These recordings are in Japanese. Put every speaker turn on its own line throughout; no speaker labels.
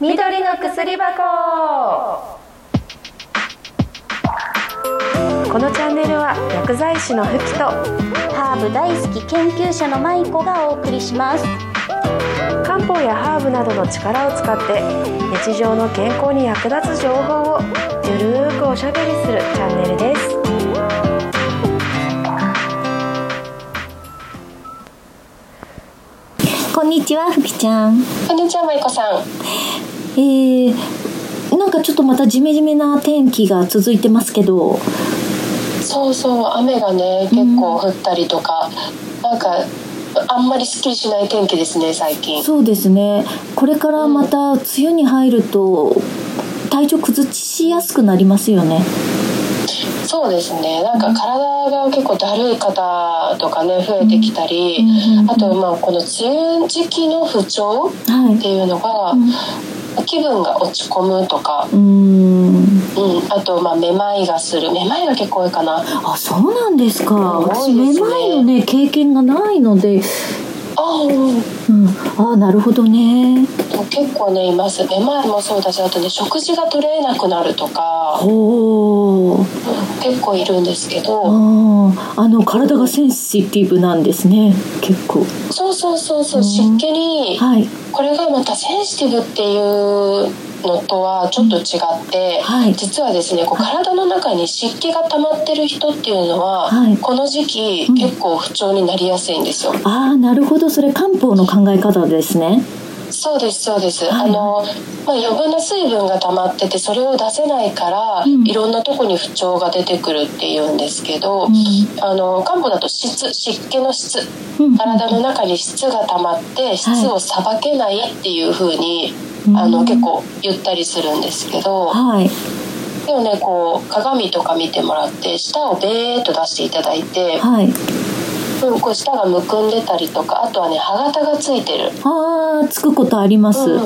緑の薬箱
このチャンネルは薬剤師のふきと
ハーブ大好き研究者の舞子がお送りします
漢方やハーブなどの力を使って日常の健康に役立つ情報をゆるーくおしゃべりするチャンネルです
こんにちはふきちゃん
こんにちはまいこさん
えー、なんかちょっとまたジメジメな天気が続いてますけど
そうそう雨がね結構降ったりとか、なんかあんまりすっきりしない天気ですね最近
そうですねこれからまた梅雨に入ると体調崩しやすくなりますよね
そうですねなんか体が結構だるい方とかね増えてきたり、あとまあこの梅雨時期の不調っ
はい
ていうのが、気分が落ち込むとか、
うーん
うん、あとまあめまいがするめまいが結構多いかなあ
あそうなんですか
多
私
いで
め
すね
まいのね経験がないので、
うん
うん、ああなるほどね
結構ねいますめまいもそうだしあとね食事が取れなくなるとか
おお
結構いるんですけど
あーあの体がセンシティブなんですね結構
そうそうそうそう湿気に
はい
これがまたセンシティブっていうのとはちょっと違って、
はい
実はですねこう体の中に湿気が溜まってる人っていうのは、
はい
この時期、
ん
結構不調になりやすいんですよ。
ああなるほどそれ漢方の考え方ですね
そうですそうです、
はい
あの、まあ、余分な水分が溜まっててそれを出せないから、
うん
いろんなとこに不調が出てくるっていうんですけど、
ん
あの漢方だと質湿気の質
うん
体の中に質が溜まって質をさばけないっていう風に、あ
う
の
ん
結構言ったりするんですけど、
はい
でもねこう鏡とか見てもらって舌をベーっと出していただいて、
はい
うん、こう舌がむくんでたりとかあとはね歯型がついてる。
ああつくことあります、
うん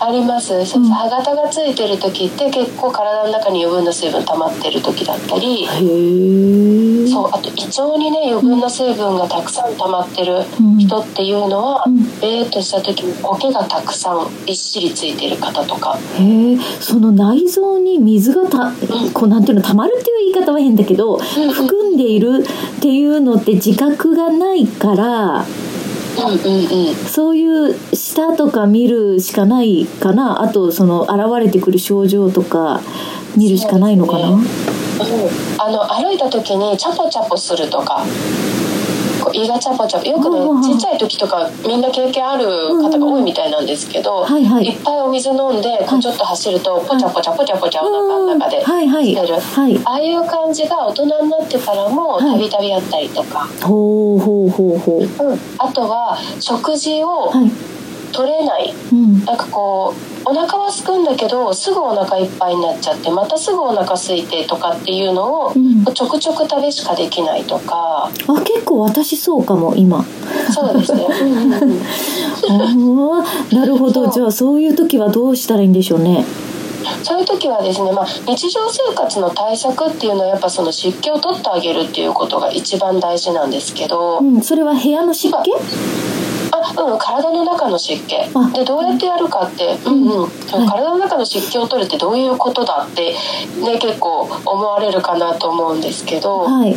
ありますそう
うん
歯型がついてる時って結構体の中に余分な水分溜まってる時だったり、
へえ
そうあと胃腸にね余分な水分がたくさん溜まってる
うん
人っていうのは、
うん
ベーっとした時に苔がたくさんびっしりついてる方とか
へえその内臓に水がたこうなんていうの溜まるっていう言い方は変だけど含んでいるっていうのって自覚がないから
うんうんうん
そういう舌とか見るしかないかなあとその現れてくる症状とか見るしかないのかな
そうあの歩いた時にチャポチャポするとかこう胃がチャポチャポよく
うんうんうん
ねちっちゃい時とかみんな経験ある方が多いみたいなんですけど、
はいはい
っぱいお水飲んでこ
は
う
い
ちょっと走るとポチャポチャポチャポチャお腹の中で
うんはいはい
してる、
はい
ああいう感じが大人になってからも
はい
たびたびあったりとか、
ほうほうほうほう
うんあとは食事を
はい
取れない
うん
なんかこうお腹はすくんだけどすぐお腹いっぱいになっちゃってまたすぐお腹空いてとかっていうのを、
うん
ちょくちょく食べしかできないとか
あ結構私そうかも 今
そうですね、
ああなるほ
そ
ど
う
じゃあそういう時はどうしたらいいんでしょうね
そういう時はですね、まあ、日常生活の対策っていうのはやっぱその湿気を取ってあげるっていうことが一番大事なんですけど、
うんそれは部屋の湿気
あうん、体の中の湿気
あ
でどうやってやるかって、うんうんで
はい
も体の中の湿気を取るってどういうことだって、ね、結構思われるかなと思うんですけど、は
はい
い、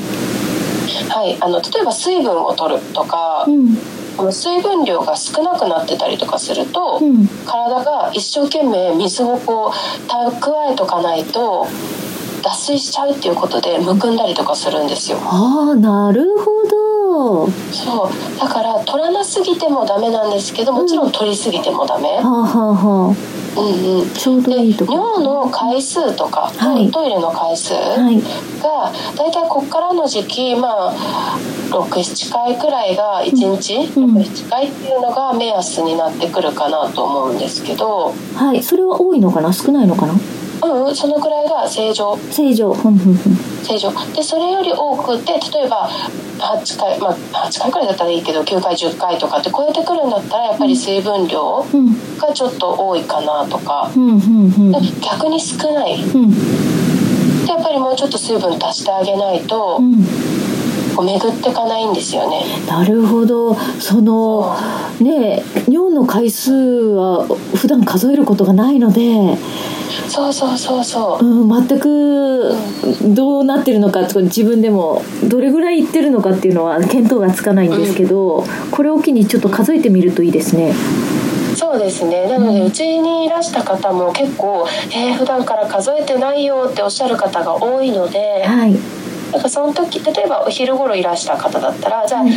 あの例えば水分を取るとか
う、ん
この水分量が少なくなってたりとかすると、
うん
体が一生懸命水をこう蓄えとかないと脱水しちゃうっていうことでむくんだりとかするんですよ
ああなるほどは
そうだから取らなすぎてもダメなんですけどもちろん取りすぎてもダメ
あ、はあは
うんうん
あちょうど
で
いいとこ
尿の回数とか、
はい
トイレの回数が
はい
大体こっからの時期まあ67回くらいが1日、
うん
67回っていうのが目安になってくるかなと思うんですけど、
はいそれは多いのかな少ないのかな
うんうん、そのくらいが正常
正常ふんふんふん
正常でそれより多くて例えば8回まあ8回くらいだったらいいけど9回10回とかって超えてくるんだったらやっぱり水分量
うん
がちょっと多いかなとか
うんうんうん
で逆に少ない
うん
やっぱりもうちょっと水分足してあげないと
うん
こう巡っていかないんですよね。
なるほどそのねえ尿の回数は普段数えることがないので、
そうそうそうそう
う。ん、全くどうなってるのかとか自分でもどれぐらいいってるのかっていうのは見当がつかないんですけど、これを機にちょっと数えてみるといいですね。
そうですねなのでうちにいらした方も結構「えー、普段から数えてないよ」っておっしゃる方が多いので
はい、
なんかその時例えばお昼頃いらした方だったらじゃあ、
はい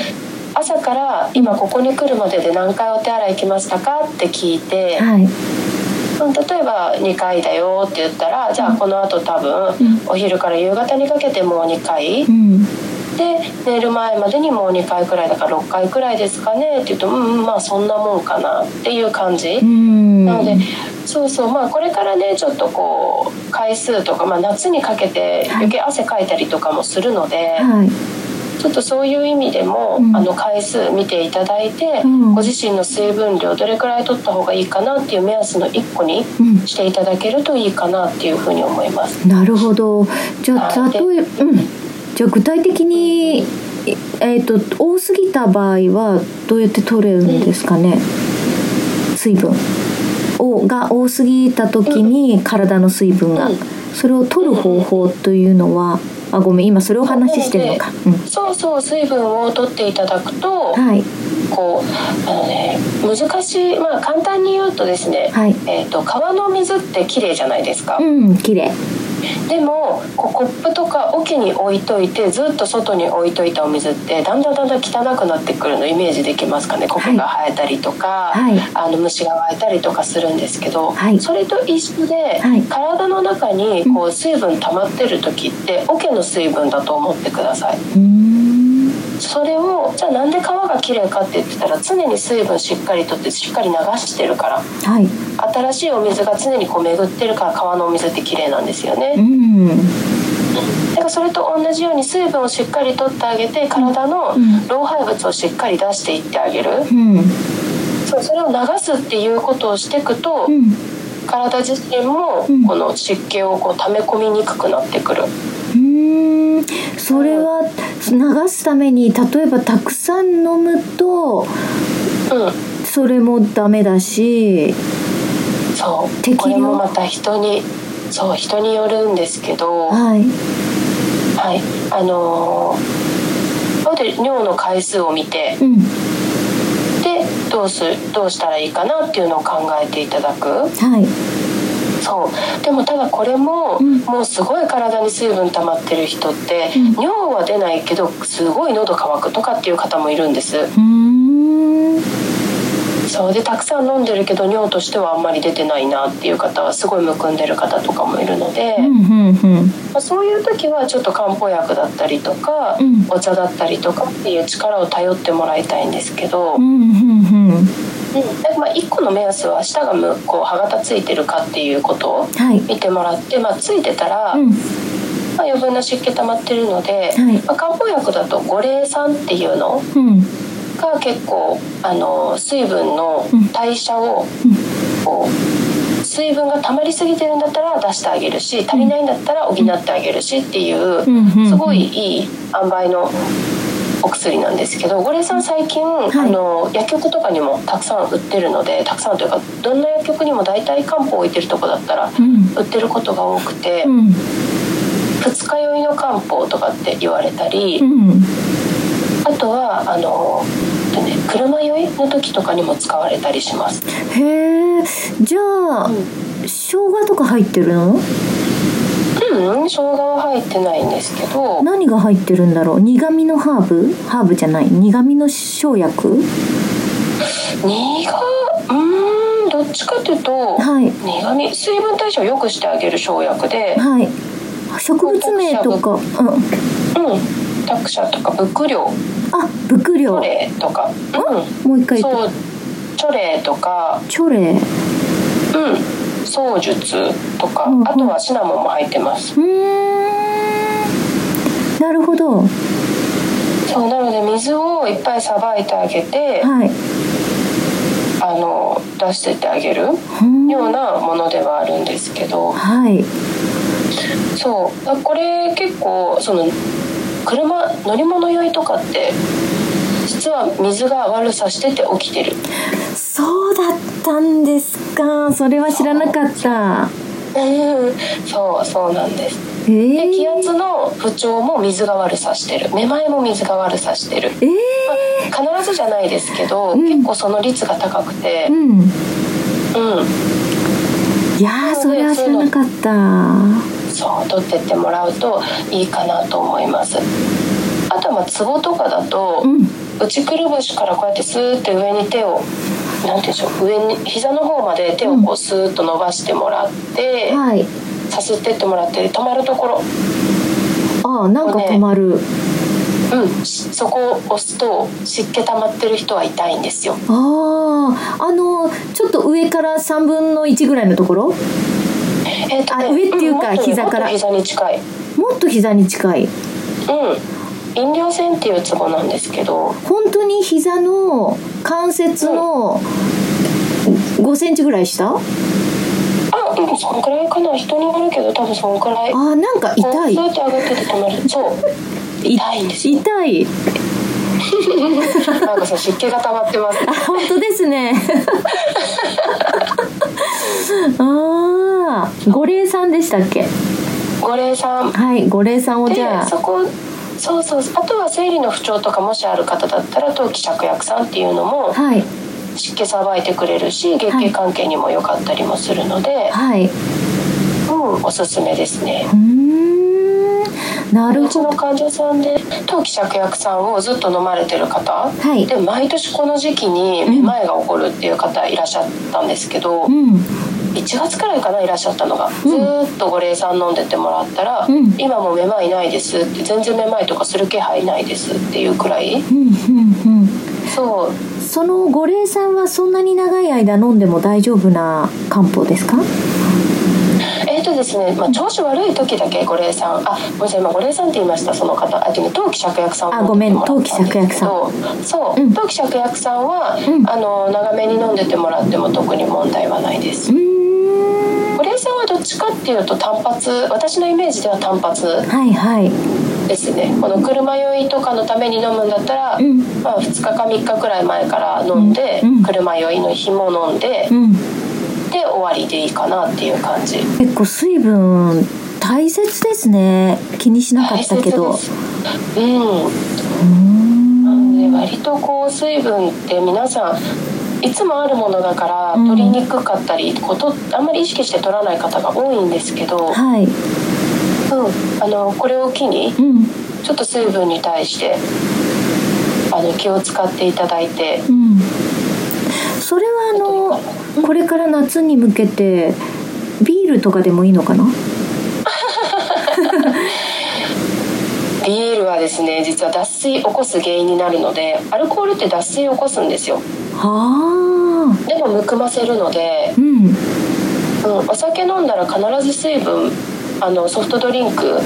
朝から今ここに来るまでで何回お手洗い行きましたかって聞いて、
はい
うん例えば2回だよって言ったらじゃあこのあと多
ん
分お昼から夕方にかけてもう2回
う、ん
で寝る前までにもう2回くらいだから6回くらいですかねって言うとうんうんまあそんなもんかなっていう感じ。
うん
なのでそうそうまあこれからねちょっとこう回数とか、まあ、夏にかけて
はい
余計汗かいたりとかもするので、
はい
ちょっとそういう意味でも、
うん
あの回数見ていただいて、
うん
ご自身の水分量どれくらい取った方がいいかなっていう目安の1個に
うん
していただけるといいかなっていうふうに思います。
なるほど。じゃあ
はい
例えうん。じゃあ具体的にええっ、と多すぎた場合はどうやって取れるんですかね。水分をが多すぎた時に体の水分が、
うん
それを取る方法というのはあごめん今それをお話ししてるのか。う
そうそう水分を取っていただくと、
ん、はい
こうあのね難しいまあ簡単に言うとですね、
はい。
えー、と川の水って綺麗じゃないですか。
うん綺麗。
でもこうコップとか桶に置いといてずっと外に置いといたお水ってだんだんだんだん汚くなってくるのイメージできますかねコ
は
ク
い
が生えたりとか、
はい
あの虫が湧いたりとかするんですけど、
はい
それと一緒で、
はい
体の中にこう水分溜まってる時って桶の水分だと思ってくださいう
ーん
それをじゃあなんで皮がきれいかって言ってたら常に水分しっかりとってしっかり流してるから
はい。
新しいお水が常にこう巡ってるから川のお水ってきれいなんですよね。
うん
だからそれと同じように水分をしっかりとってあげて体の
うん
老廃物をしっかり出していってあげる、
うん
そうそれを流すっていうことをしていくと、
うん。
体自身も
うん
この湿気をこう溜め込みにくくなってくる、
うーんそれは流すために例えばたくさん飲むと
う
それもダメだし
ん、そ
適
う
量
これもまた人にそう人によるんですけど、は
はい
い、あのーまず尿の回数を見て
うん
でどうすどうしたらいいかなっていうのを考えていただく。
はい
そうでもただこれも、
うん
もうすごい体に水分溜まってる人って、
うん
尿は出ないけどすごい喉乾くとかっていう方もいるんです
うーん
そうでたくさん飲んでるけど尿としてはあんまり出てないなっていう方はすごいむくんでる方とかもいるので、
うんうんうん
まあ、そういう時はちょっと漢方薬だったりとか、
うん
お茶だったりとかっていう力を頼ってもらいたいんですけど、
う
うん
んうんうん
でまあ、1個の目安は舌がむこう歯がたついてるかっていうことを
はい
見てもらって、まあ、ついてたら。
うん
まあ、余分な湿気溜まってるので、
はい
まあ、漢方薬だと五苓散っていうの
うん
が結構あの水分の
うん
代謝をこう水分が溜まりすぎてるんだったら出してあげるし足りないんだったら補ってあげるしってい
うんうん
うすごいいい塩梅のお薬なんですけど五苓散最近、
い
あの薬局とかにもたくさん売ってるのでたくさんというかどんな薬局にも大体漢方置いてるとこだったら
うん
売ってることが多くて。
うん
二日酔いの漢方とかって言われたり、
うん
あとはあの、えっとね、車酔いの時とかにも使われたりします
へえじゃあ生姜とか入ってるの
うん生姜は入ってないんですけど
何が入ってるんだろう苦味のハーブハーブじゃない苦味の生薬
苦うーんどっちかというと、
はい
苦味水分代謝を良くしてあげる生薬で、
はい植物名とかうん
うんタクシャとか仏陵
あ、ブクリ
チョ
ョ
レーとか、う
もう一回
ん、
言って
そうチョレーとか、
チョレー
うん、草術とか、
うんうん
あとはシナモンも入ってます
うーんなるほどは
そうなので水をいっぱいさばいてあげて、
い
あの出してってあげるよ
ふん
うなものではあるんですけど
はい
そうこれ結構その車乗り物酔いとかって実は水が悪さしてて起きてる
そうだったんですかそれは知らなかった
うん そうそうなんです
え
で気
ー、
圧の不調も水が悪さしてるめまいも水が悪さしてる
えー、
必ずじゃないですけど、
うん
結構その率が高くて
うん
うん
いやーそれは知らなかった
そう取ってってもらうといいかなと思いますあとはまあツボとかだと、
うん
内くるぶしからこうやってスーって上に手をなんて言うんでしょう上に膝の方まで手をこうスーッと伸ばしてもらって、
はい
さすってってもらって止まるところ、
ああなんか止まる
うん、しそこを押すと湿気溜まってる人は痛いんですよ
あああのちょっと上から3分の1ぐらいのところ
えっと
あ上っていうか
んもっと
膝から
もっと膝に近い
もっと膝に近い
うん飲料腺っていうツボなんですけど
本当に膝の関節の5センチぐらい下あ
あうんそんくらいかな人によるけど多分そんくらい
ーなんか
こ
痛
う
い
スーって上げてて止まるそう痛いんですよ
痛い
なんかそう湿気が溜まっ てます
あ本当ですね ああ五霊さんでしたっけ
五霊さん
はい五霊さんを
で
じゃあ
そこそうそうあとは生理の不調とかもしある方だったら冬季芍薬さんっていうのも
はい
湿気さばいてくれるし月経関係にも良かったりもするので、
はいう
うん、おすすめですね
ーんなる
うち
ほ
の
ど
患者さんで冬季芍薬さんをずっと飲まれてる方
はい
で毎年この時期にめまいが起こるっていう方いらっしゃったんですけど、
うん
1月くらいかないらっしゃったのが、ずーっと五霊さん飲んでてもらったら、
うん
今もめまいないですって全然めまいとかする気配ないですっていうくらい
うんうんうん
そう
その五霊さんはそんなに長い間飲んでも大丈夫な漢方ですか
えーとですね、まあ、調子悪い時だけ五霊さんあごめんなさい今五霊さんって言いましたその方あでも陶器芍薬さんを
あごめん
飲でもらったですけど
陶
そう、
うん
陶器芍薬さんは、
うん
あの長めに飲んでてもらっても特に問題はないで
う
す
ーん
五霊さんはどっちかっていうと単発私のイメージでは単発
はいはい
ですねこの車酔いとかのために飲むんだったら、
うん
まあ、2日か3日くらい前から飲んで、
うんうん
車酔いの日も飲んで、
うん
で終わりでいいかなっていう感じ
結構水分大切ですね気にしなかったけど
大切ですうんで割とこう水分って皆さんいつもあるものだから
うん
取りにくかったり、ことあんまり意識して取らない方が多いんですけど、
はい
うん、あのこれを機に
うん
ちょっと水分に対してあの気を使っていただいて
うんそれはあのこれから夏に向けてビールとかでもいいのかな
ビールはですね実は脱水起こす原因になるのでアルコールって脱水起こすんですよ
はあ
でもむくませるので
う、ん
うん、お酒飲んだら必ず水分あのソフトドリンク、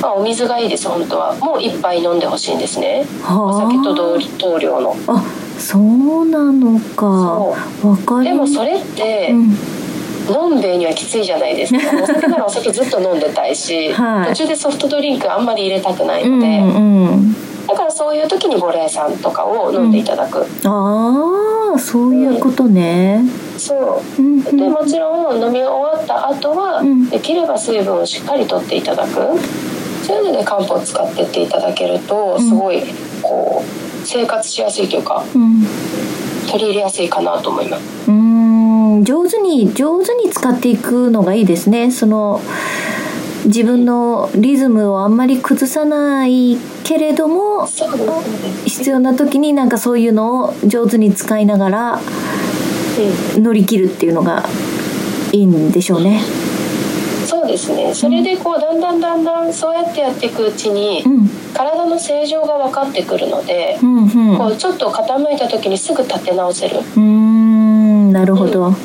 まあ、お水がいいです本当はもう一杯飲んでほしいんですねお酒と同
は
同量の
ああそうなのか
そ
わかり
でも
ます
それって
うん
飲んべえにはきついじゃないで すかお酒ならお酒ずっと飲んでたいし、
はい
途中でソフトドリンクあんまり入れたくないうので、
んうん
だからそういう時に五苓散とかを飲んでいただく、
ああそういうことね
そ
う
う
んう
で
ん
もちろん飲み終わった後は、
うん
できれば水分をしっかりとっていただくそういうので漢方を使ってっていただけると
ん
すごいこう生活しやすいというか
うん
取り入れやすいかなと思います
うーん上手に上手に使っていくのがいいですねその自分のリズムをあんまり崩さないけれども
そうですね
必要な時になんかそういうのを上手に使いながら乗り切るっていうのがいいんでしょうね。
うんそうですねそれでこうだんだんだんだんそうやってやっていくうちに
うん
体の正常が分かってくるので
うんうん
こうちょっと傾いた時にすぐ立て直せる
うーんなるほど、な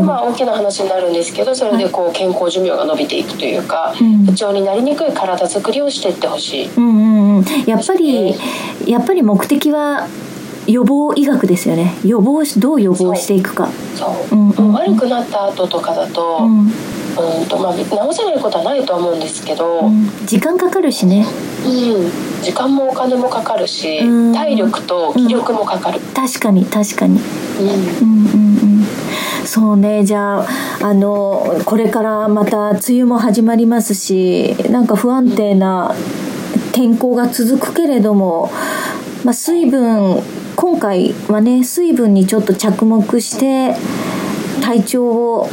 るほ
ま
ど。
あ大きな話になるんですけどそれでこう健康寿命が伸びていくというか、
うん
不調になりにくい体づくりをしていってほしい
うんうんうん、やっぱりやっぱり目的は予防医学ですよね予防しどう予防していくか。
そう、
うんうん
悪くなった後とかだと、
うん
うんとまあ、直せないことはないとは思うんですけど、うん
時間かかるしね
時間もお金もかかるし、
うん
体力と気力もかかる、
確かに確かに
うん
うんうんうんそうねじゃああのこれからまた梅雨も始まりますしなんか不安定な天候が続くけれども、まあ、水分今回はね水分にちょっと着目して体調を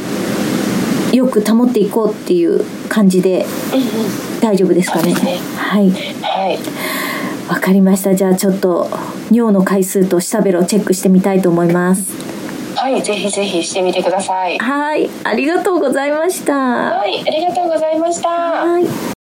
よく保っていこうっていう感じで
うんうん
大丈夫ですかね
そうですね
はい
はい
わかりましたじゃあちょっと尿の回数と下ベロチェックしてみたいと思います
はいぜひぜひしてみてください
はい、ありがとうございました。
はいありがとうございました
はい。